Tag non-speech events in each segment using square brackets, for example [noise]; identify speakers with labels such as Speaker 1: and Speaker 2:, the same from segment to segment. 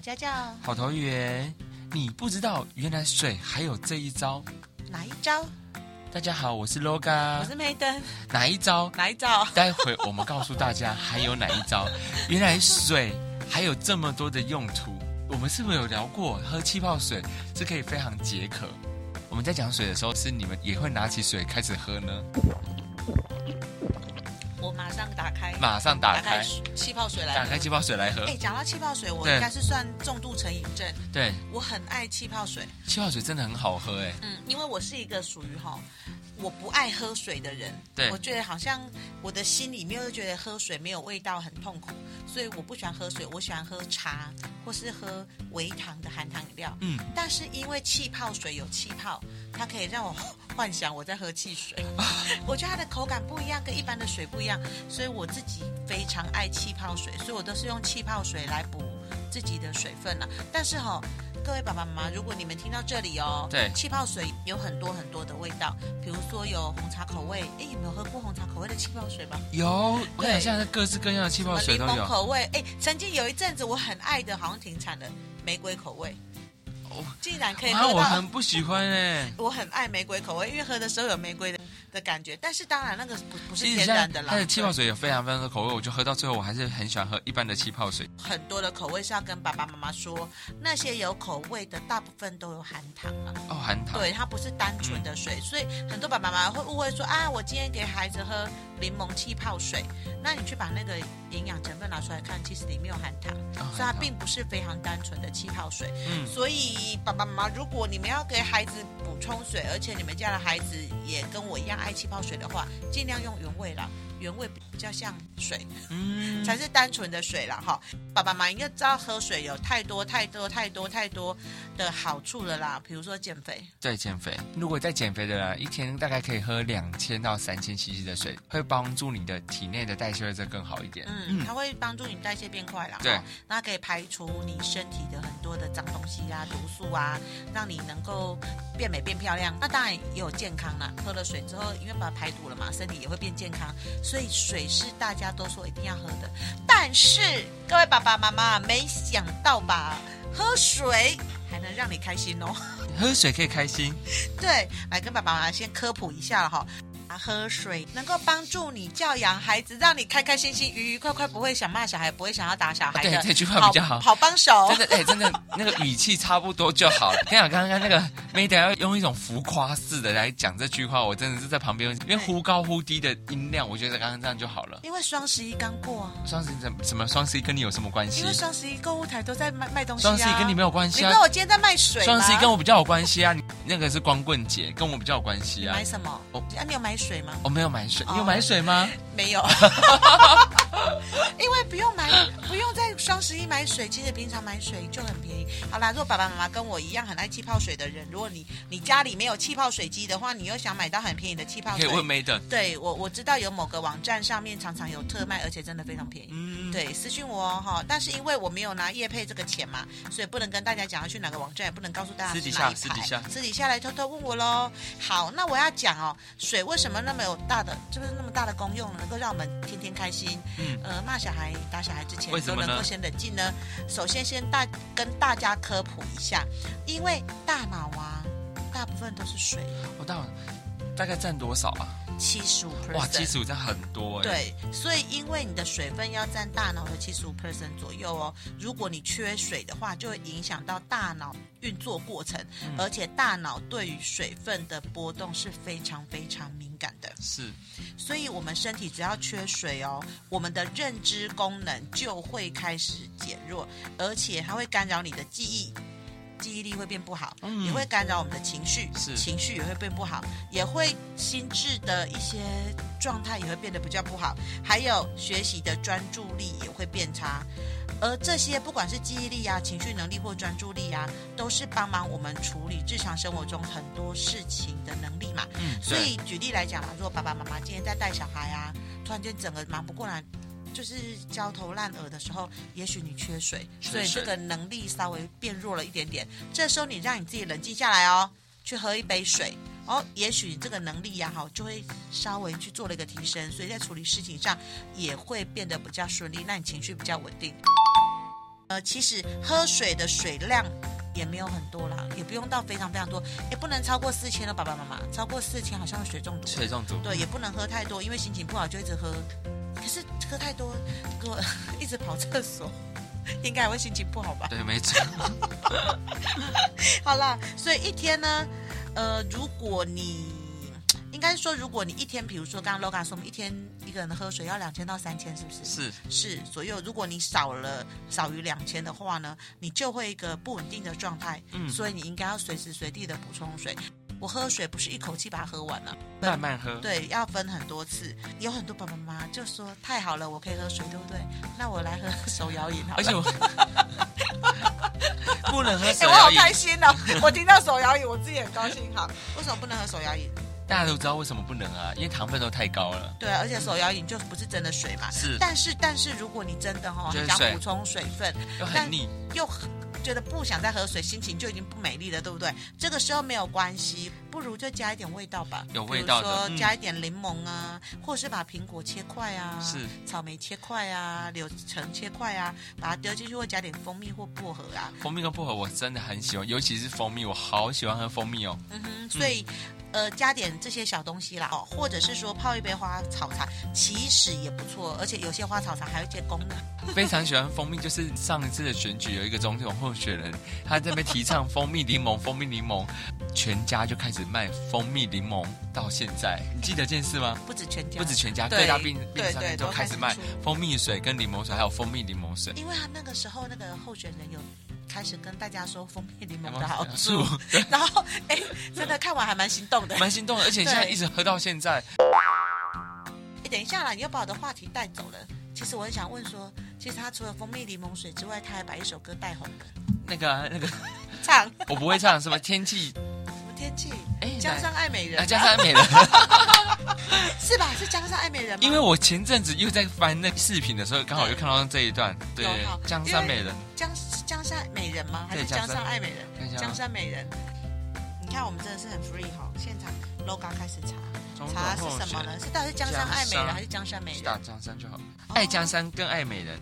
Speaker 1: 家教
Speaker 2: 好投缘，你不知道原来水还有这一招。
Speaker 1: 哪一
Speaker 2: 啊
Speaker 1: 招？
Speaker 2: 大家好，我是
Speaker 1: 我
Speaker 2: LOGA，
Speaker 1: 是梅登，
Speaker 2: 哪一招？
Speaker 1: 哪一招？
Speaker 2: 待会我们告诉大家还有哪一招。原来水还有这么多的用途。我们是不是有聊过喝气泡水是可以非常解渴？我们在讲水的时候，是你们也会拿起水开始喝呢？
Speaker 1: 我马上打开，
Speaker 2: 马上打开，
Speaker 1: 气泡水
Speaker 2: 打
Speaker 1: 来。
Speaker 2: 开气泡水来喝
Speaker 1: 哎、。讲到气泡水，我
Speaker 2: 对
Speaker 1: 应该是算重度成瘾症，
Speaker 2: 对，
Speaker 1: 我很爱气泡水。
Speaker 2: 气泡水真的很好喝哎。
Speaker 1: 嗯，因为我是一个属于哈，我不爱喝水的人。
Speaker 2: 对
Speaker 1: 我觉得好像我的心里面又觉得喝水没有味道，很痛苦，所以我不喜欢喝水，我喜欢喝茶或是喝微糖的含糖饮料。
Speaker 2: 嗯，
Speaker 1: 但是因为气泡水有气泡，它可以让我 [laughs] 幻想我在喝汽水，
Speaker 2: [laughs]
Speaker 1: 我觉得它的口感不一样，跟一般的水不一样，所以我自己非常爱气泡水，所以我都是用气泡水来补自己的水分了、但是哈、各位爸爸妈妈，如果你们听到这里哦，
Speaker 2: 对
Speaker 1: 气泡水有很多很多的味道，比如说有红茶口味，哎，有没有喝过红茶口味的气泡水吧？
Speaker 2: 有，我想现在各式各样的气泡哦水
Speaker 1: 什
Speaker 2: 都
Speaker 1: 么柠
Speaker 2: 有
Speaker 1: 檬。口味，哎，曾经有一阵子我很爱的，好像停产了，玫瑰口味，
Speaker 2: 哦
Speaker 1: 竟然可以
Speaker 2: 啊，
Speaker 1: 喝
Speaker 2: 我
Speaker 1: 到
Speaker 2: 很不喜欢哎。
Speaker 1: 我很爱玫瑰口味，因为喝的时候有玫瑰的的感觉。但是当然那个不不是
Speaker 2: 其实
Speaker 1: 天
Speaker 2: 现在
Speaker 1: 然的啦，
Speaker 2: 它的气泡水有非常非常多口味，我就喝到最后，我还是很喜欢喝一般的气泡水。
Speaker 1: 很多的口味是要跟爸爸妈妈说，那些有口味的大部分都有含糖啊，
Speaker 2: 哦，含糖。
Speaker 1: 对，它不是单纯的水，所以很多爸爸妈妈会误会说啊，我今天给孩子喝柠檬气泡水，那你去把那个营养成分拿出来看，其实里面有含糖，
Speaker 2: 哦
Speaker 1: 所以它
Speaker 2: 含糖
Speaker 1: 并不是非常单纯的气泡水。
Speaker 2: 嗯
Speaker 1: 所以爸爸妈妈，如果你们要给孩子补充水，而且你们家的孩子也跟我一样爱气泡水的话，尽量用原味啦，原味比较像水，
Speaker 2: 嗯
Speaker 1: 才是单纯的水啦哈。爸爸妈妈应该知道喝水有太多太多太多太多的好处了啦，比如说减肥，
Speaker 2: 对，减肥。如果在减肥的人，一天大概可以喝两千到三千 CC 的水，会帮助你的体内的代谢会再更好一点。
Speaker 1: 嗯，它会帮助你代谢变快啦，
Speaker 2: 对
Speaker 1: 哈，那可以排除你身体的很多的脏东西啊、毒素啊，让你能够变美变漂亮。那当然也有健康啦，喝了水之后，因为把它排毒了嘛，身体也会变健康，所以水是大家都说一定要喝的。但是各位爸爸妈妈，没想到吧，喝水还能让你开心哦。 [laughs]
Speaker 2: 喝水可以开心，
Speaker 1: 对，来跟爸爸妈妈先科普一下了哈。啊喝水能够帮助你教养孩子，让你开开心心、愉愉快快，不会想骂小孩，不会想要打小孩的。
Speaker 2: 啊对这句话比较好
Speaker 1: 好帮手。
Speaker 2: 真的，哎、真的那个语气差不多就好了。跟你讲，刚刚那个 Made 要用一种浮夸式的来讲这句话，我真的是在旁边，因为忽高忽低的音量，我觉得刚刚这样就好了。
Speaker 1: 因为双十一刚过啊，
Speaker 2: 双十一怎什么双十一跟你有什么关系
Speaker 1: 因为？双十一购物台都在卖卖东西、啊。
Speaker 2: 双十一跟你没有关
Speaker 1: 你
Speaker 2: 系啊
Speaker 1: 跟，我今天在卖水吗
Speaker 2: 双十一跟我比较有关系啊，你那个是光棍节，跟我比较有关系
Speaker 1: 你
Speaker 2: 啊
Speaker 1: 买。什么？
Speaker 2: 哦
Speaker 1: 啊，你有买水吗？
Speaker 2: 我、没有买水，你
Speaker 1: 哦
Speaker 2: 有买水吗？
Speaker 1: 没有， [laughs] 因为不用买，不用在双十一买水，其实平常买水就很便宜。好啦，如果爸爸妈妈跟我一样很爱气泡水的人，如果你你家里没有气泡水机的话，你又想买到很便宜的气泡
Speaker 2: 可以
Speaker 1: 水，
Speaker 2: 问 Made。
Speaker 1: 对我我知道有某个网站上面常常有特卖，而且真的非常便宜。
Speaker 2: 嗯，
Speaker 1: 对，私信我哦哈、但是因为我没有拿叶配这个钱嘛，所以不能跟大家讲要去哪个网站，也不能告诉大家
Speaker 2: 私
Speaker 1: 是
Speaker 2: 底
Speaker 1: 哪一
Speaker 2: 下私
Speaker 1: 排
Speaker 2: 底下
Speaker 1: 私底下来偷偷问我喽。好，那我要讲哦，水为什么那么有大的，就是那么大的功用呢，能够让我们天天开心？
Speaker 2: 嗯，
Speaker 1: 呃，骂小孩、打小孩之前
Speaker 2: 为什
Speaker 1: 都
Speaker 2: 么呢
Speaker 1: 能够先冷静呢？首先先大跟大家科普一下，因为大脑啊，大部分都是水，
Speaker 2: 我到大概占多少啊？
Speaker 1: 七十五 percent。
Speaker 2: 哇，七十五占很多哎、
Speaker 1: 对，所以因为你的水分要占大脑的七十五 percent 左右哦，如果你缺水的话，就会影响到大脑运作过程，
Speaker 2: 嗯
Speaker 1: 而且大脑对于水分的波动是非常非常敏感的。
Speaker 2: 是
Speaker 1: 所以，我们身体只要缺水哦，我们的认知功能就会开始减弱，而且它会干扰你的记忆。记忆力会变不好，
Speaker 2: 嗯
Speaker 1: 也会干扰我们的情绪，
Speaker 2: 是
Speaker 1: 情绪也会变不好，也会心智的一些状态也会变得比较不好，还有学习的专注力也会变差。而这些不管是记忆力啊、情绪能力或专注力啊，都是帮忙我们处理日常生活中很多事情的能力嘛。
Speaker 2: 嗯，
Speaker 1: 所
Speaker 2: 对
Speaker 1: 以举例来讲啦，如果爸爸妈妈今天在带小孩啊，突然间整个忙不过来，就是焦头烂额的时候，也许你缺水，
Speaker 2: 缺
Speaker 1: 所以这
Speaker 2: 水
Speaker 1: 个能力稍微变弱了一点点。这时候你让你自己冷静下来哦，去喝一杯水。哦，也许你这个能力呀、哈，就会稍微去做了一个提升，所以在处理事情上也会变得比较顺利，那你情绪比较稳定。呃，其实喝水的水量也没有很多啦，也不用到非常非常多，也不能超过四千了，爸爸妈妈，超过四千好像会水中毒。
Speaker 2: 水中毒，
Speaker 1: 对，也不能喝太多，因为心情不好就一直喝。可是喝太多，如果 [laughs] 一直跑厕所，应该还会心情不好吧？
Speaker 2: 对，没错，
Speaker 1: 好啦，所以一天呢，呃，如果你应该说，如果你一天，比如说刚刚 LOGA 说，我们一天一个人喝水要两千到三千，是不是？
Speaker 2: 是
Speaker 1: 是左右。如果你少了少于两千的话呢，你就会一个不稳定的状态，
Speaker 2: 嗯
Speaker 1: 所以你应该要随时随地的补充水。我喝水不是一口气把它喝完了，
Speaker 2: 慢慢喝，
Speaker 1: 对，要分很多次。有很多爸爸妈妈就说太好了，我可以喝水，对不对？那我来喝手摇饮
Speaker 2: [laughs]
Speaker 1: 好了。[laughs]
Speaker 2: 而且我不能喝
Speaker 1: 哎、
Speaker 2: 水
Speaker 1: 我好
Speaker 2: 而已。
Speaker 1: 开心哦！我听到手摇饮，我自己很高兴。好，为什么不能喝手摇饮？
Speaker 2: 大家都知道为什么不能啊，因为糖分都太高了。
Speaker 1: 对啊，而且手摇饮就不是真的水嘛。
Speaker 2: 是
Speaker 1: 但是，但是如果你真的哈、哦，
Speaker 2: 就
Speaker 1: 很
Speaker 2: 是
Speaker 1: 想
Speaker 2: 水
Speaker 1: 补充水分，
Speaker 2: 又很
Speaker 1: 但
Speaker 2: 腻，
Speaker 1: 又很觉得不想再喝水，心情就已经不美丽了，对不对？这个时候没有关系，不如就加一点味道吧，
Speaker 2: 有味道
Speaker 1: 比
Speaker 2: 的
Speaker 1: 如说
Speaker 2: 嗯
Speaker 1: 加一点柠檬啊，或是把苹果切块啊，
Speaker 2: 是
Speaker 1: 草莓切块啊，柳橙切块啊，把它丢进去，或加点蜂蜜或薄荷啊，
Speaker 2: 蜂蜜跟薄荷我真的很喜欢，尤其是蜂蜜，我好喜欢喝蜂蜜哦。
Speaker 1: 嗯哼，所以。呃，加点这些小东西啦，哦，或者是说泡一杯花草茶，其实也不错，而且有些花草茶还有一些功能。
Speaker 2: 非常喜欢蜂蜜，就是上一次的选举有一个总统候选人，他在那边提倡蜂蜜柠檬，蜂蜜柠檬，全家就开始卖蜂蜜柠檬，到现在你记得这件事吗？
Speaker 1: 不止全家，
Speaker 2: 不止全家，
Speaker 1: 对
Speaker 2: 各大便
Speaker 1: 对
Speaker 2: 便利商店
Speaker 1: 对
Speaker 2: 都
Speaker 1: 都
Speaker 2: 开始
Speaker 1: 开始
Speaker 2: 卖
Speaker 1: 出
Speaker 2: 蜂蜜水、跟柠檬水，还有蜂蜜柠檬水。
Speaker 1: 因为他那个时候那个候选人有开始跟大家说蜂蜜柠檬
Speaker 2: 有没
Speaker 1: 的
Speaker 2: 有
Speaker 1: 好
Speaker 2: 树
Speaker 1: 处，然后哎，真的看完还蛮心动的。
Speaker 2: 蛮心动的，而且现在
Speaker 1: 对
Speaker 2: 一直喝到现在。
Speaker 1: 哎，等一下啦，你又把我的话题带走了。其实我很想问说，其实他除了蜂蜜柠檬水之外，他还把一首歌带红了，
Speaker 2: 那个啊、那个，
Speaker 1: 唱
Speaker 2: 我不会唱什么天气，
Speaker 1: 什么天气？
Speaker 2: 哎
Speaker 1: 江山爱美
Speaker 2: 啊，
Speaker 1: 人
Speaker 2: 江山美人。
Speaker 1: 是吧？是江山爱美人吗？
Speaker 2: 因为我前阵子又在翻那视频的时候，刚好又看到这一段，对
Speaker 1: 有好，
Speaker 2: 江山美人，
Speaker 1: 江是江山美人吗？还是
Speaker 2: 对江
Speaker 1: 江
Speaker 2: 山
Speaker 1: 山爱美人？
Speaker 2: 看一下
Speaker 1: 江山美人，你看我们真的是很 free 哈、现场 logo 开始查，
Speaker 2: 总统
Speaker 1: 查
Speaker 2: 候
Speaker 1: 是什
Speaker 2: 选
Speaker 1: 么呢？是到底是江山爱美
Speaker 2: 江
Speaker 1: 人
Speaker 2: 山
Speaker 1: 还是江山美
Speaker 2: 人，
Speaker 1: 人？
Speaker 2: 打江山就好，
Speaker 1: 哦
Speaker 2: 爱江山更爱美人，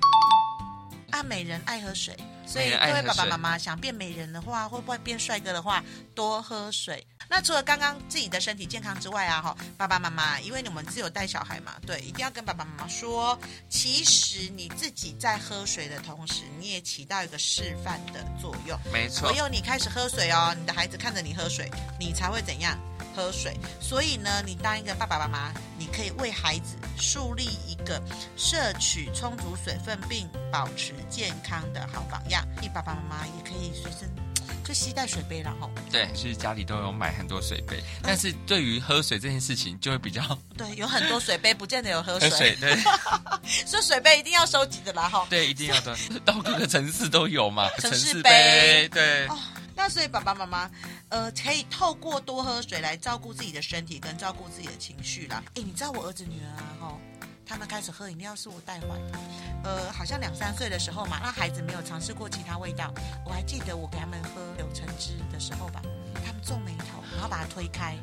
Speaker 1: 爱啊美人爱喝水，所以
Speaker 2: 美人
Speaker 1: 各
Speaker 2: 爱
Speaker 1: 位
Speaker 2: 喝
Speaker 1: 爸爸
Speaker 2: 水
Speaker 1: 妈妈想变美人的话，或不变帅哥的话，多喝水。那除了刚刚自己的身体健康之外啊，哈，爸爸妈妈，因为你们只有带小孩嘛，对，一定要跟爸爸妈妈说，其实你自己在喝水的同时，你也起到一个示范的作用。
Speaker 2: 没错
Speaker 1: 唯，有你开始喝水哦，你的孩子看着你喝水，你才会怎样喝水。所以呢，你当一个爸爸妈妈，你可以为孩子树立一个摄取充足水分并保持健康的好榜样。你爸爸妈妈也可以随身就携带水杯啦，然后
Speaker 2: 对，其实家里都有买很多水杯，
Speaker 1: 嗯
Speaker 2: 但是对于喝水这件事情就会比较
Speaker 1: 对，有很多水杯不见得有喝
Speaker 2: 喝
Speaker 1: 水， [laughs]
Speaker 2: 水，对
Speaker 1: 所以水杯一定要收集的啦，哈。
Speaker 2: 对，一定
Speaker 1: [laughs]
Speaker 2: 要的，到各个城市都有嘛，
Speaker 1: 城
Speaker 2: 城
Speaker 1: 市
Speaker 2: 市
Speaker 1: 杯
Speaker 2: 杯，对，
Speaker 1: 哦，那所以爸爸妈妈，呃，可以透过多喝水来照顾自己的身体跟照顾自己的情绪啦。诶，你知道我儿子女儿啊，吼，他们开始喝饮料是我带坏的，呃，好像两三岁的时候嘛，那孩子没有尝试过其他味道。我还记得我给他们喝柳橙汁的时候吧，他们皱眉头，然后把它推开。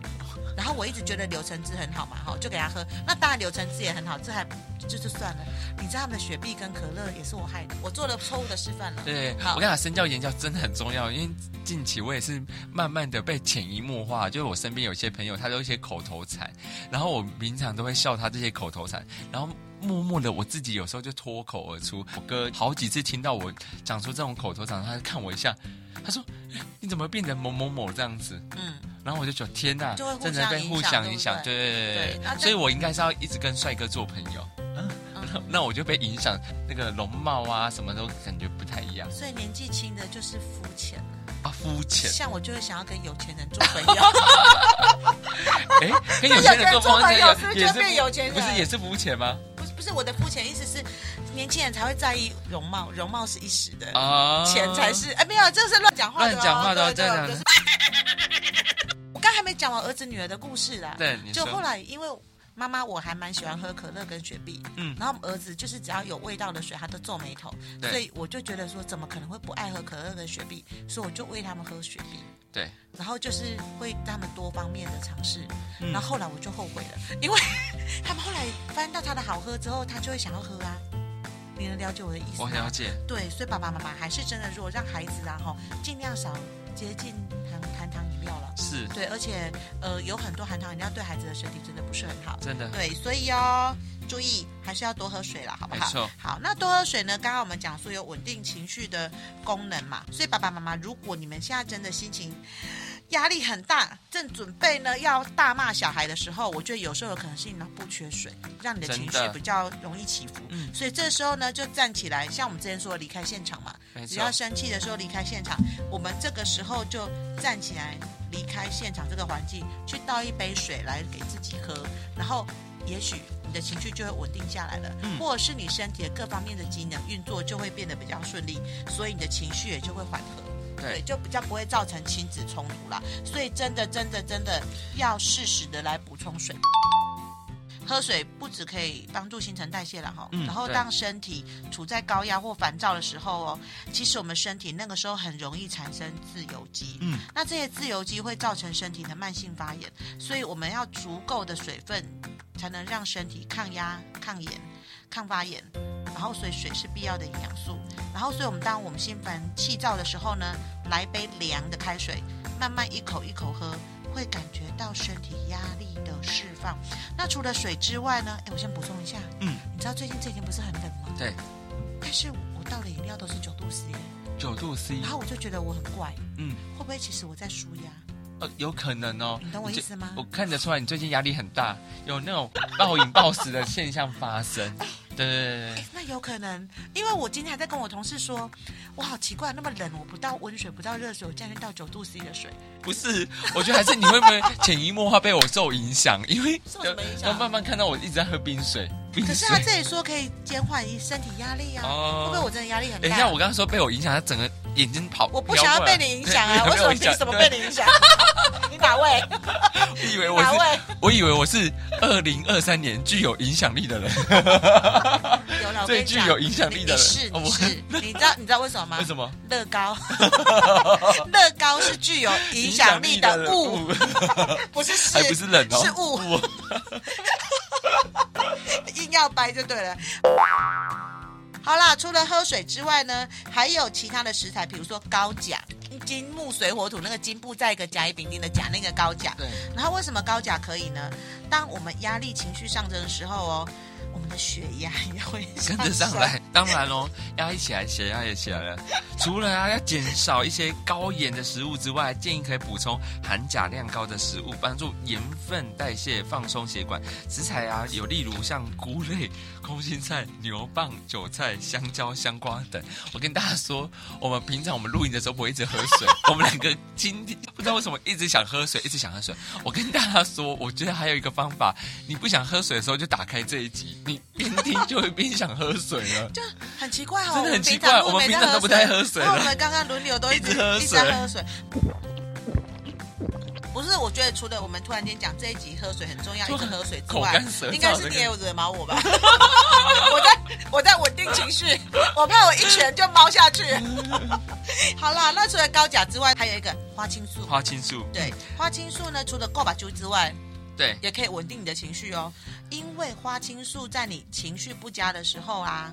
Speaker 1: 然后我一直觉得柳橙汁很好嘛，哈，就给他喝。那当然柳橙汁也很好，这还这就算了。你知道他们的雪碧跟可乐也是我害的，我做了错误的示范了。
Speaker 2: 对，
Speaker 1: 好
Speaker 2: 我跟你讲，身教言教真的很重要，因为近期我也是慢慢的被潜移默化，就是我身边有些朋友，他都有一些口头禅，然后我平常都会笑他这些口头禅，然后默默的我自己有时候就脱口而出。我哥好几次听到我讲出这种口头禅，他看我一下，他说：“你怎么变成某某某这样子
Speaker 1: 嗯。？”
Speaker 2: 然后我就觉得天呐
Speaker 1: 就会互，
Speaker 2: 真的被
Speaker 1: 相
Speaker 2: 互
Speaker 1: 影响
Speaker 2: 相
Speaker 1: 对
Speaker 2: 影
Speaker 1: 不
Speaker 2: 响，
Speaker 1: 对
Speaker 2: 对
Speaker 1: 对
Speaker 2: 对对
Speaker 1: 那
Speaker 2: 对，所以
Speaker 1: 这
Speaker 2: 我应该是要一直跟帅哥做朋友。
Speaker 1: 嗯
Speaker 2: [laughs] 那我就被影响，那个容貌啊，什么都感觉不太一样
Speaker 1: 所以年纪轻的就是肤浅，
Speaker 2: 啊，肤
Speaker 1: [laughs]
Speaker 2: 浅。
Speaker 1: 像我就会想要跟有钱人做朋
Speaker 2: [laughs]
Speaker 1: 友，
Speaker 2: 哎，跟有钱人做朋友
Speaker 1: 跟有钱人做朋友是不是
Speaker 2: 也
Speaker 1: 就变有钱人
Speaker 2: 不是也是肤浅吗？
Speaker 1: 不是不是我的肤浅意思是，年轻人才会在意容貌，容貌是一时的，
Speaker 2: 啊，
Speaker 1: 钱才是哎没有，这是乱讲话的、哦，
Speaker 2: 乱讲话的哦
Speaker 1: 对对
Speaker 2: 真的
Speaker 1: 对就是我刚还没讲完儿子女儿的故事啦，
Speaker 2: 对你
Speaker 1: 就
Speaker 2: 说
Speaker 1: 后来因为。妈妈，我还蛮喜欢喝可乐跟雪碧，
Speaker 2: 嗯
Speaker 1: 然后我们儿子就是只要有味道的水，他都皱眉头，
Speaker 2: 对
Speaker 1: 所以我就觉得说，怎么可能会不爱喝可乐跟雪碧？所以我就喂他们喝雪碧，
Speaker 2: 对，
Speaker 1: 然后就是会让他们多方面的尝试。
Speaker 2: 嗯
Speaker 1: 然后后来 [laughs] 我就后悔了，因为他们后来翻到它的好喝之后，他就会想要喝啊。你能了解我的意思
Speaker 2: 我了
Speaker 1: 吗？
Speaker 2: 解，
Speaker 1: 对，所以爸爸妈妈还是真的，如果让孩子啊哈，尽量少接近含含糖饮料了。
Speaker 2: 是
Speaker 1: 对，而且呃，有很多含糖饮料对孩子的身体真的不是很好。
Speaker 2: 真的，
Speaker 1: 对，所以哦，注意还是要多喝水了，好不
Speaker 2: 没
Speaker 1: 好？
Speaker 2: 错。
Speaker 1: 好，那多喝水呢？刚刚我们讲说有稳定情绪的功能嘛，所以爸爸妈妈，如果你们现在真的心情压力很大，正准备呢要大骂小孩的时候，我觉得有时候有可能是你脑部缺水，让你的情绪
Speaker 2: 真的
Speaker 1: 比较容易起伏。
Speaker 2: 嗯
Speaker 1: 所以这时候呢，就站起来，像我们之前说的离开现场嘛，
Speaker 2: 没
Speaker 1: 只
Speaker 2: 错
Speaker 1: 要，生气的时候离开现场，我们这个时候就站起来离开现场这个环境，去倒一杯水来给自己喝，然后也许你的情绪就会稳定下来了，
Speaker 2: 嗯
Speaker 1: 或者是你身体的各方面的机能运作就会变得比较顺利，所以你的情绪也就会缓和。
Speaker 2: 对
Speaker 1: 就比较不会造成亲子冲突啦。所以真的，真的，真的要适时的来补充水。喝水不只可以帮助新陈代谢了哈，
Speaker 2: 嗯
Speaker 1: 然后
Speaker 2: 对
Speaker 1: 让身体处在高压或烦躁的时候哦，其实我们身体那个时候很容易产生自由基，
Speaker 2: 嗯，
Speaker 1: 那这些自由基会造成身体的慢性发炎，所以我们要足够的水分，才能让身体抗压、抗炎、抗发炎。然后，所以水是必要的营养素。然后，所以我们当我们心烦气躁的时候呢，来杯凉的开水，慢慢一口一口喝，会感觉到身体压力的释放。那除了水之外呢？哎，我先补充一下，
Speaker 2: 嗯，
Speaker 1: 你知道最近这几天不是很冷吗？
Speaker 2: 对，
Speaker 1: 但是我倒的饮料都是九度 C，
Speaker 2: 九度 C，
Speaker 1: 然后我就觉得我很怪，
Speaker 2: 嗯，
Speaker 1: 会不会其实我在舒压？
Speaker 2: 呃，有可能哦。
Speaker 1: 你懂我意
Speaker 2: 这
Speaker 1: 思吗
Speaker 2: 我看得出来，你最近压力很大，有那种 [laughs] 暴饮暴食的现象发生。
Speaker 1: [laughs]
Speaker 2: 对对对
Speaker 1: 哎
Speaker 2: 对，
Speaker 1: 那有可能，因为我今天还在跟我同事说，我好奇怪，那么冷，我不倒温水，不倒热水，我竟然去倒九度 C 的水，
Speaker 2: 不是，我觉得还是你会不会潜移默化被我受影响？因为
Speaker 1: [laughs] 受什么影响啊
Speaker 2: 要慢慢看到我一直在喝冰水，冰
Speaker 1: 可是
Speaker 2: 水
Speaker 1: 他。这里说可以减缓身体压力啊，
Speaker 2: 哦
Speaker 1: 会不会我真的压力很
Speaker 2: 等
Speaker 1: 大？
Speaker 2: 一下，我刚刚说被我影响，他整个眼睛跑。
Speaker 1: 我不想要
Speaker 2: 飘过
Speaker 1: 被
Speaker 2: 来 [laughs]
Speaker 1: 你影响啊，
Speaker 2: 对
Speaker 1: 为什么
Speaker 2: 被我影响
Speaker 1: 凭什么被你影响？ [laughs] 你哪位？
Speaker 2: 对以为 [laughs] 我
Speaker 1: 哪
Speaker 2: 是，
Speaker 1: 位？
Speaker 2: 我以为我是二零二三年具有影响力的人。
Speaker 1: 有了，我
Speaker 2: 最
Speaker 1: 跟你
Speaker 2: 具
Speaker 1: 讲，
Speaker 2: 有影响力的
Speaker 1: 你
Speaker 2: 人
Speaker 1: 是
Speaker 2: 哦
Speaker 1: 你
Speaker 2: 我 [laughs]
Speaker 1: 是，你知道你知道为什么吗？
Speaker 2: 为什么？
Speaker 1: 乐
Speaker 2: [laughs]
Speaker 1: 高，乐高是具有影响力的物，
Speaker 2: 影响力的人
Speaker 1: 不是事
Speaker 2: [laughs] 还不是人哦，
Speaker 1: 是物。
Speaker 2: [laughs]
Speaker 1: 硬要掰就对了。好啦，除了喝水之外呢，还有其他的食材，比如说高钾、金木水火土那个金部在一个甲乙丙丁的甲那个高钾。
Speaker 2: 对，
Speaker 1: 然后为什么高钾可以呢？当我们压力情绪上升的时候哦，我们的血压也会上
Speaker 2: 跟着
Speaker 1: 升。[laughs]
Speaker 2: 上来，当然喽，压一起来，血压也起来了。除了啊要减少一些高盐的食物之外，建议可以补充含钾量高的食物，帮助盐分代谢，放松血管。食材啊有例如像菇类、空心菜、牛蒡、韭菜、香蕉、香瓜等。我跟大家说，我们平常我们录音的时候不会一直喝水，我们两个今天不知道为什么一直想喝水，一直想喝水。我跟大家说，我觉得还有一个方法，你不想喝水的时候就打开这一集，你边听就会边想喝水了。
Speaker 1: 就很奇怪哦，
Speaker 2: 真的很奇怪
Speaker 1: 我们
Speaker 2: 我们平常都不太喝水
Speaker 1: 然后
Speaker 2: 了
Speaker 1: 我们刚刚轮流都一直
Speaker 2: 一直喝水
Speaker 1: 一直在喝水。不是，我觉得除了我们突然间讲这一集喝水很重要，一
Speaker 2: 突然
Speaker 1: 直喝水之
Speaker 2: 口
Speaker 1: 外
Speaker 2: 干舌燥，
Speaker 1: 应该是你也有惹毛我吧？ [laughs] 我在我在稳定情绪，我怕我一拳就猫下
Speaker 2: [laughs]
Speaker 1: 去。好啦，那除了高钾之外，还有一个花青素。
Speaker 2: [laughs] 花青素，
Speaker 1: 对，花青素呢，除了过把灸之外，
Speaker 2: 对，
Speaker 1: 也可以稳定你的情绪哦。因为花青素在你情绪不佳的时候啊，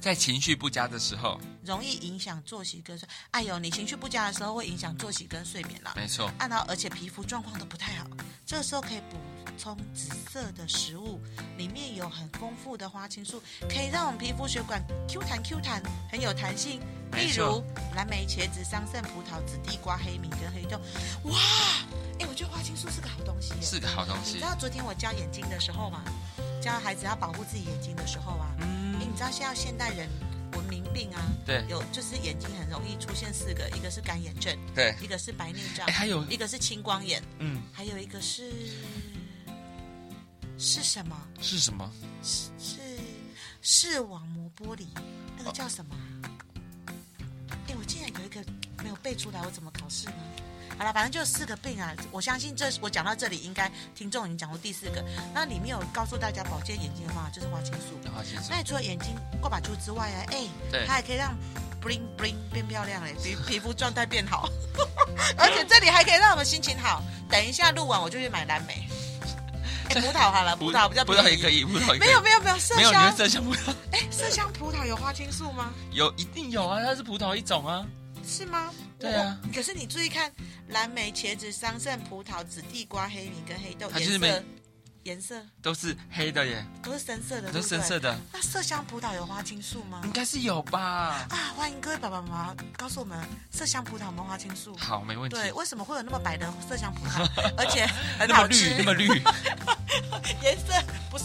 Speaker 2: 在情绪不佳的时候，
Speaker 1: 容易影响作息跟睡。哎呦，你情绪不佳的时候会影响作息跟睡眠啦。
Speaker 2: 没错，
Speaker 1: 按照而且皮肤状况都不太好，这时候可以补充紫色的食物，里面有很丰富的花青素，可以让我们皮肤血管 Q 弹 Q 弹，很有弹性。
Speaker 2: 没
Speaker 1: 例
Speaker 2: 错
Speaker 1: 如蓝莓、茄子、桑葚、葡萄、紫地瓜、黑米跟黑豆。哇，哎，我觉得花青素是个好东西耶。
Speaker 2: 是个好东
Speaker 1: 你
Speaker 2: 西
Speaker 1: 知。道昨天我教眼睛的时候嘛，教孩子要保护自己眼睛的时候啊，哎，
Speaker 2: 嗯，
Speaker 1: 你知道现在现代人文明病啊，
Speaker 2: 对
Speaker 1: 有就是眼睛很容易出现四个，一个是干眼症，
Speaker 2: 对，
Speaker 1: 一个是白内障
Speaker 2: 哎，，还有，
Speaker 1: 一个是青光眼，
Speaker 2: 嗯，
Speaker 1: 还有一个是是什么？
Speaker 2: 是什么？
Speaker 1: 是是视网膜玻璃，那个叫什么啊？哎，我竟然有一个没有背出来，我怎么考试呢？好了，反正就有四个病啊，我相信这我讲到这里，应该听众已经讲过第四个。那里面有告诉大家保健眼睛的话，就是花青素。
Speaker 2: 花青素
Speaker 1: 那，你除了眼睛过把珠之外啊，哎、
Speaker 2: 对
Speaker 1: 它，还可以让 bling bling 变漂亮嘞，
Speaker 2: [laughs]
Speaker 1: 皮皮肤状态变好， [laughs]
Speaker 2: [laughs]
Speaker 1: 而且这里还可以让我们心情好。等一下录完我就去买蓝莓，哎，葡萄好了，葡萄比较
Speaker 2: 葡萄
Speaker 1: 便
Speaker 2: 也可
Speaker 1: 宜。
Speaker 2: 以，葡萄也可以
Speaker 1: 没有没有没有，麝
Speaker 2: 没有，你
Speaker 1: 香
Speaker 2: 会麝香葡萄
Speaker 1: 哎，麝香葡萄有花青素吗？
Speaker 2: 有一定有啊，它是葡萄一种啊。
Speaker 1: 是吗？
Speaker 2: 对啊
Speaker 1: 我。可是你注意看，蓝莓、茄子、桑葚、葡萄、紫地瓜、黑米跟黑豆，
Speaker 2: 它就是
Speaker 1: 颜
Speaker 2: 没
Speaker 1: 色颜色
Speaker 2: 都是黑的耶，
Speaker 1: 都是深色的，
Speaker 2: 都是深色
Speaker 1: 的。
Speaker 2: 的，
Speaker 1: 那麝香葡萄有花青素吗
Speaker 2: 应？该是有吧？
Speaker 1: 啊，欢迎各位爸爸妈妈告诉我们，麝香葡萄有没有花青素？
Speaker 2: 好，没问题。
Speaker 1: 对，为什么会有那么白的麝香
Speaker 2: [laughs]
Speaker 1: 葡萄，而且很
Speaker 2: 那么
Speaker 1: 好
Speaker 2: 绿
Speaker 1: 吃，，
Speaker 2: 那么绿，
Speaker 1: [laughs] 颜色不是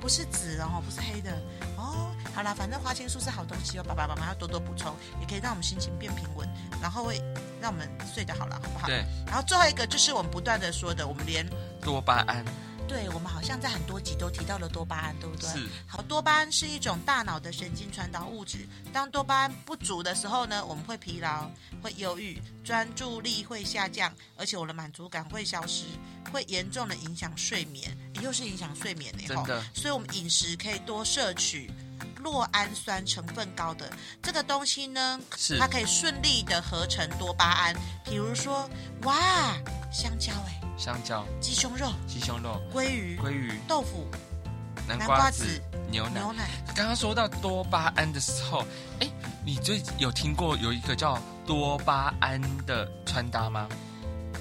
Speaker 1: 不是紫的哦，不是黑的哦。好啦，反正花青素是好东西哦，爸爸妈妈要多多补充，也可以让我们心情变平稳，然后会让我们睡得好啦，好不好？
Speaker 2: 对，
Speaker 1: 然后最后一个就是我们不断的说的，我们连
Speaker 2: 多巴胺
Speaker 1: 对我们好像在很多集都提到了多巴胺，对不对？
Speaker 2: 是
Speaker 1: 好，多巴胺是一种大脑的神经传导物质。当多巴胺不足的时候呢，我们会疲劳、会忧郁、专注力会下降，而且我的满足感会消失，会严重的影响睡眠，诶又是影响睡眠呢。
Speaker 2: 真
Speaker 1: 吼
Speaker 2: 的
Speaker 1: 所以我们饮食可以多摄取。酪氨酸成分高的这个东西呢，
Speaker 2: 是
Speaker 1: 它可以顺利的合成多巴胺，比如说，哇，香蕉哎、
Speaker 2: 香蕉、
Speaker 1: 鸡胸肉、
Speaker 2: 鸡胸肉、
Speaker 1: 鲑鱼、
Speaker 2: 鲑鱼、
Speaker 1: 豆腐、
Speaker 2: 南
Speaker 1: 南
Speaker 2: 瓜
Speaker 1: 瓜
Speaker 2: 子
Speaker 1: 子、
Speaker 2: 牛奶
Speaker 1: 牛。奶，
Speaker 2: 刚刚说到多巴胺的时候，哎，你最有听过有一个叫多巴胺的穿搭吗？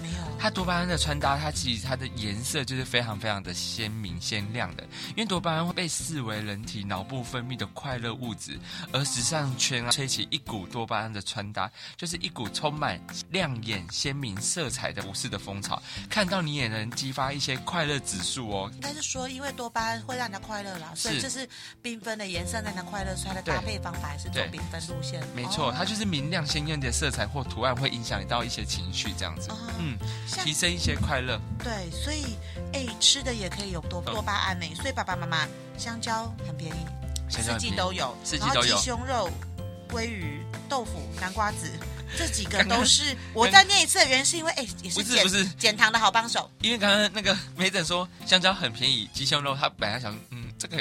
Speaker 1: 没有
Speaker 2: 它多巴胺的穿搭，它其实它的颜色就是非常非常的鲜明鲜亮的，因为多巴胺会被视为人体脑部分泌的快乐物质，而时尚圈啊吹起一股多巴胺的穿搭，就是一股充满亮眼鲜明色彩的服饰的风潮，看到你也能激发一些快乐指数哦。
Speaker 1: 应该是说，因为多巴胺会让人家快乐啦，所以
Speaker 2: 是
Speaker 1: 这是缤纷的颜色让人家快乐，所以它的
Speaker 2: 对
Speaker 1: 搭配方法也是走
Speaker 2: 对
Speaker 1: 缤纷路线。
Speaker 2: 没错，
Speaker 1: 哦
Speaker 2: 它就是明亮鲜艳的色彩或图案会影响到一些情绪，这样子
Speaker 1: 嗯，哼
Speaker 2: 嗯，
Speaker 1: 像
Speaker 2: 提升一些快乐。
Speaker 1: 对，所以哎，吃的也可以有多
Speaker 2: 嗯
Speaker 1: 多巴胺呢。所以爸爸妈妈，香蕉很便宜，
Speaker 2: 香蕉
Speaker 1: 四
Speaker 2: 很
Speaker 1: 季
Speaker 2: 便宜
Speaker 1: 都有，
Speaker 2: 四季
Speaker 1: 然后
Speaker 2: 都有
Speaker 1: 鸡胸肉、鲑鱼、豆腐、南瓜
Speaker 2: [laughs]
Speaker 1: 子。这几个都是我再念一次的原因，是因为哎，也
Speaker 2: 不
Speaker 1: 是
Speaker 2: 是
Speaker 1: 减
Speaker 2: 不是
Speaker 1: 减糖的好帮手。
Speaker 2: 因为刚刚那个梅诊说香蕉很便宜，鸡胸肉他本来想，嗯，这个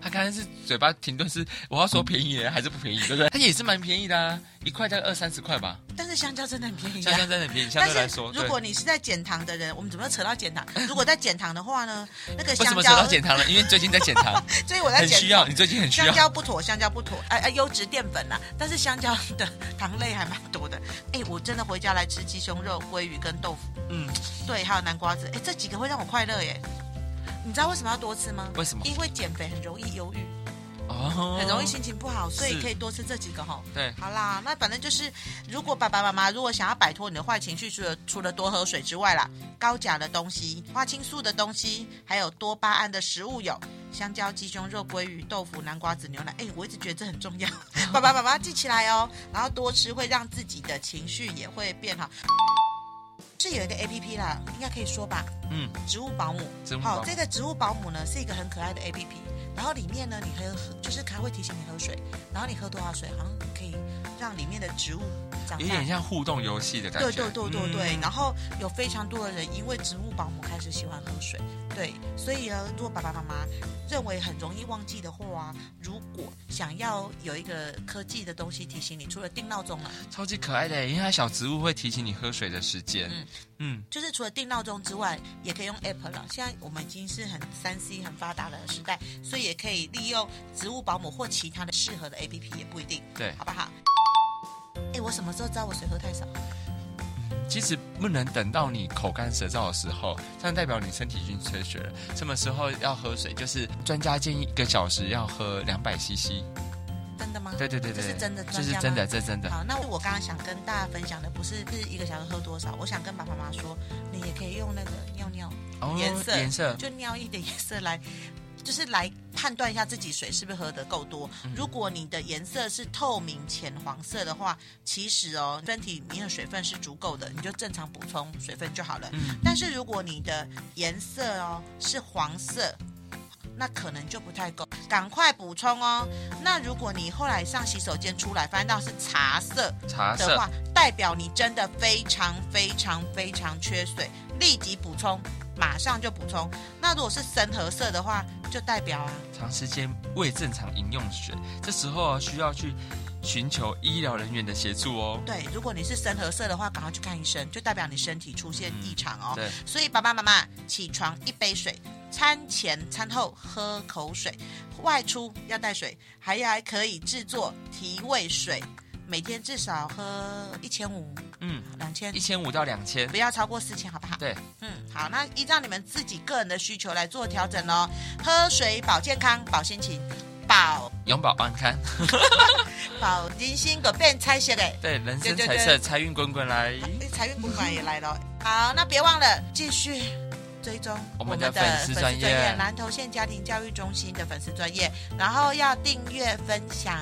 Speaker 2: 他刚刚是嘴巴停顿是我要说便宜耶还是不便宜，对
Speaker 1: [laughs]
Speaker 2: 不对？它也是蛮便宜的啊，一块大概二三十块吧，
Speaker 1: 但是香蕉真的很便宜
Speaker 2: 香
Speaker 1: 啊
Speaker 2: 蕉。真的很便宜，相
Speaker 1: 但
Speaker 2: 对
Speaker 1: 是
Speaker 2: 来说，
Speaker 1: 如
Speaker 2: 对。
Speaker 1: 果你是在减糖的人，我们怎么扯到
Speaker 2: [laughs]
Speaker 1: 减糖？如果在减糖的话呢，那个
Speaker 2: 为什
Speaker 1: 香
Speaker 2: 么扯
Speaker 1: 蕉
Speaker 2: 到，减糖了？因为最近在减糖，
Speaker 1: 所以 [laughs] 我在
Speaker 2: 很
Speaker 1: 减
Speaker 2: 需要，你最近很需
Speaker 1: 香
Speaker 2: 要。
Speaker 1: 蕉不妥，香蕉不妥，哎、哎，优质淀粉啦、但是香蕉的糖类还蛮多的。 [laughs] 哎，我真的回家来吃鸡胸肉、鲑鱼跟豆腐，
Speaker 2: 嗯，
Speaker 1: 对，还有南瓜子，哎，这几个会让我快乐耶。你知道为什么要多吃吗？
Speaker 2: 为什么？
Speaker 1: 因为减肥很容易忧郁，
Speaker 2: 哦，
Speaker 1: 很容易心情不好，所以
Speaker 2: 是
Speaker 1: 可以多吃这几个吼。
Speaker 2: 对，
Speaker 1: 好啦，那反正就是，如果爸爸妈妈如果想要摆脱你的坏情绪，除了除了多喝水之外啦，高钾的东西、花青素的东西，还有多巴胺的食物有香蕉、鸡胸肉、鲑鱼、豆腐、南瓜子、牛奶。哎，我一直觉得这很重要，爸爸妈妈记起来哦。然后多吃会让自己的情绪也会变好。这有一个 A P P 啦，应该可以说吧，
Speaker 2: 嗯，
Speaker 1: 植物保姆。
Speaker 2: 植物保姆
Speaker 1: 好，这个植物保姆呢是一个很可爱的 A P P，然后里面呢你可以喝，就是它会提醒你喝水，然后你喝多少水，好像可以让里面的植物长
Speaker 2: 有
Speaker 1: 大
Speaker 2: 点。像互动游戏的感觉。
Speaker 1: 对对对对对，
Speaker 2: 嗯
Speaker 1: 然后有非常多的人因为植物保姆开始喜欢喝水，对，所以呢，如果爸爸妈妈认为很容易忘记的话，如果想要有一个科技的东西提醒你，除了定闹钟了，啊
Speaker 2: 超级可爱的，因为它小植物会提醒你喝水的时间。
Speaker 1: 嗯
Speaker 2: 嗯，
Speaker 1: 就是除了定闹钟之外，也可以用 app 了。现在我们已经是很三 C 很发达的时代，所以也可以利用植物保姆或其他的适合的 app，也不一定，
Speaker 2: 对。
Speaker 1: 好不好？哎，我什么时候知道我水喝太少？
Speaker 2: 其实不能等到你口干舌燥的时候，这样代表你身体已经缺血了。什么时候要喝水？就是专家建议一个小时要喝两百 CC。
Speaker 1: 真的吗？
Speaker 2: 对对对对，
Speaker 1: 这是真的
Speaker 2: 这
Speaker 1: 专
Speaker 2: 是
Speaker 1: 家吗
Speaker 2: 真的，这是真的。
Speaker 1: 好，那我刚刚想跟大家分享的不是是一个小时喝多少，我想跟爸爸妈妈说，你也可以用那个尿尿，
Speaker 2: 哦
Speaker 1: 颜色
Speaker 2: 颜色
Speaker 1: 就尿一点颜色来， [laughs] 就是来判断一下自己水是不是喝得够多。
Speaker 2: 嗯
Speaker 1: 如果你的颜色是透明浅黄色的话，其实哦，身体里面的水分是足够的，你就正常补充水分就好了。
Speaker 2: 嗯
Speaker 1: 但是如果你的颜色哦是黄色，那可能就不太够，赶快补充哦。那如果你后来上洗手间出来，发现到是茶色
Speaker 2: 茶
Speaker 1: 的
Speaker 2: 色
Speaker 1: 话，代表你真的非常非常非常缺水，立即补充，马上就补充。那如果是深褐色的话，就代表啊，
Speaker 2: 长时间未正常饮用水，这时候啊需要去寻求医疗人员的协助哦。
Speaker 1: 对，如果你是深褐色的话，赶快去看医生，就代表你身体出现异常哦。
Speaker 2: 嗯对，
Speaker 1: 所以爸爸妈妈起床一杯水，餐前、餐后喝口水，外出要带水，还还可以制作提味水，每天至少喝一千五、
Speaker 2: 嗯，
Speaker 1: 两千
Speaker 2: 一，千五到两千
Speaker 1: 不，要超过四千，好不好？
Speaker 2: 对，
Speaker 1: 嗯，好，那依照你们自己个人的需求来做调整哦。喝水保健康，保心情，保
Speaker 2: 永保安康。
Speaker 1: 保人心，个变拆卸嘞。
Speaker 2: 对，人
Speaker 1: 对
Speaker 2: 生
Speaker 1: 对
Speaker 2: 彩
Speaker 1: 对
Speaker 2: 色，财运滚滚来。
Speaker 1: 哎财运滚滚也来了。好，那别忘了继续追踪
Speaker 2: 我
Speaker 1: 我们
Speaker 2: 们的
Speaker 1: 的
Speaker 2: 粉
Speaker 1: 粉
Speaker 2: 丝
Speaker 1: 丝
Speaker 2: 专
Speaker 1: 专
Speaker 2: 业
Speaker 1: 业南投县家庭教育中心的粉丝专业，然后要订阅分享。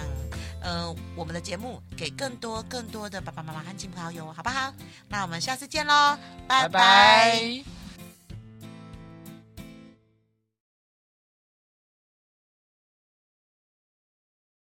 Speaker 1: 呃，我们的节目给更多更多的爸爸妈妈和亲朋好友，好不好？那我们下次见喽，拜拜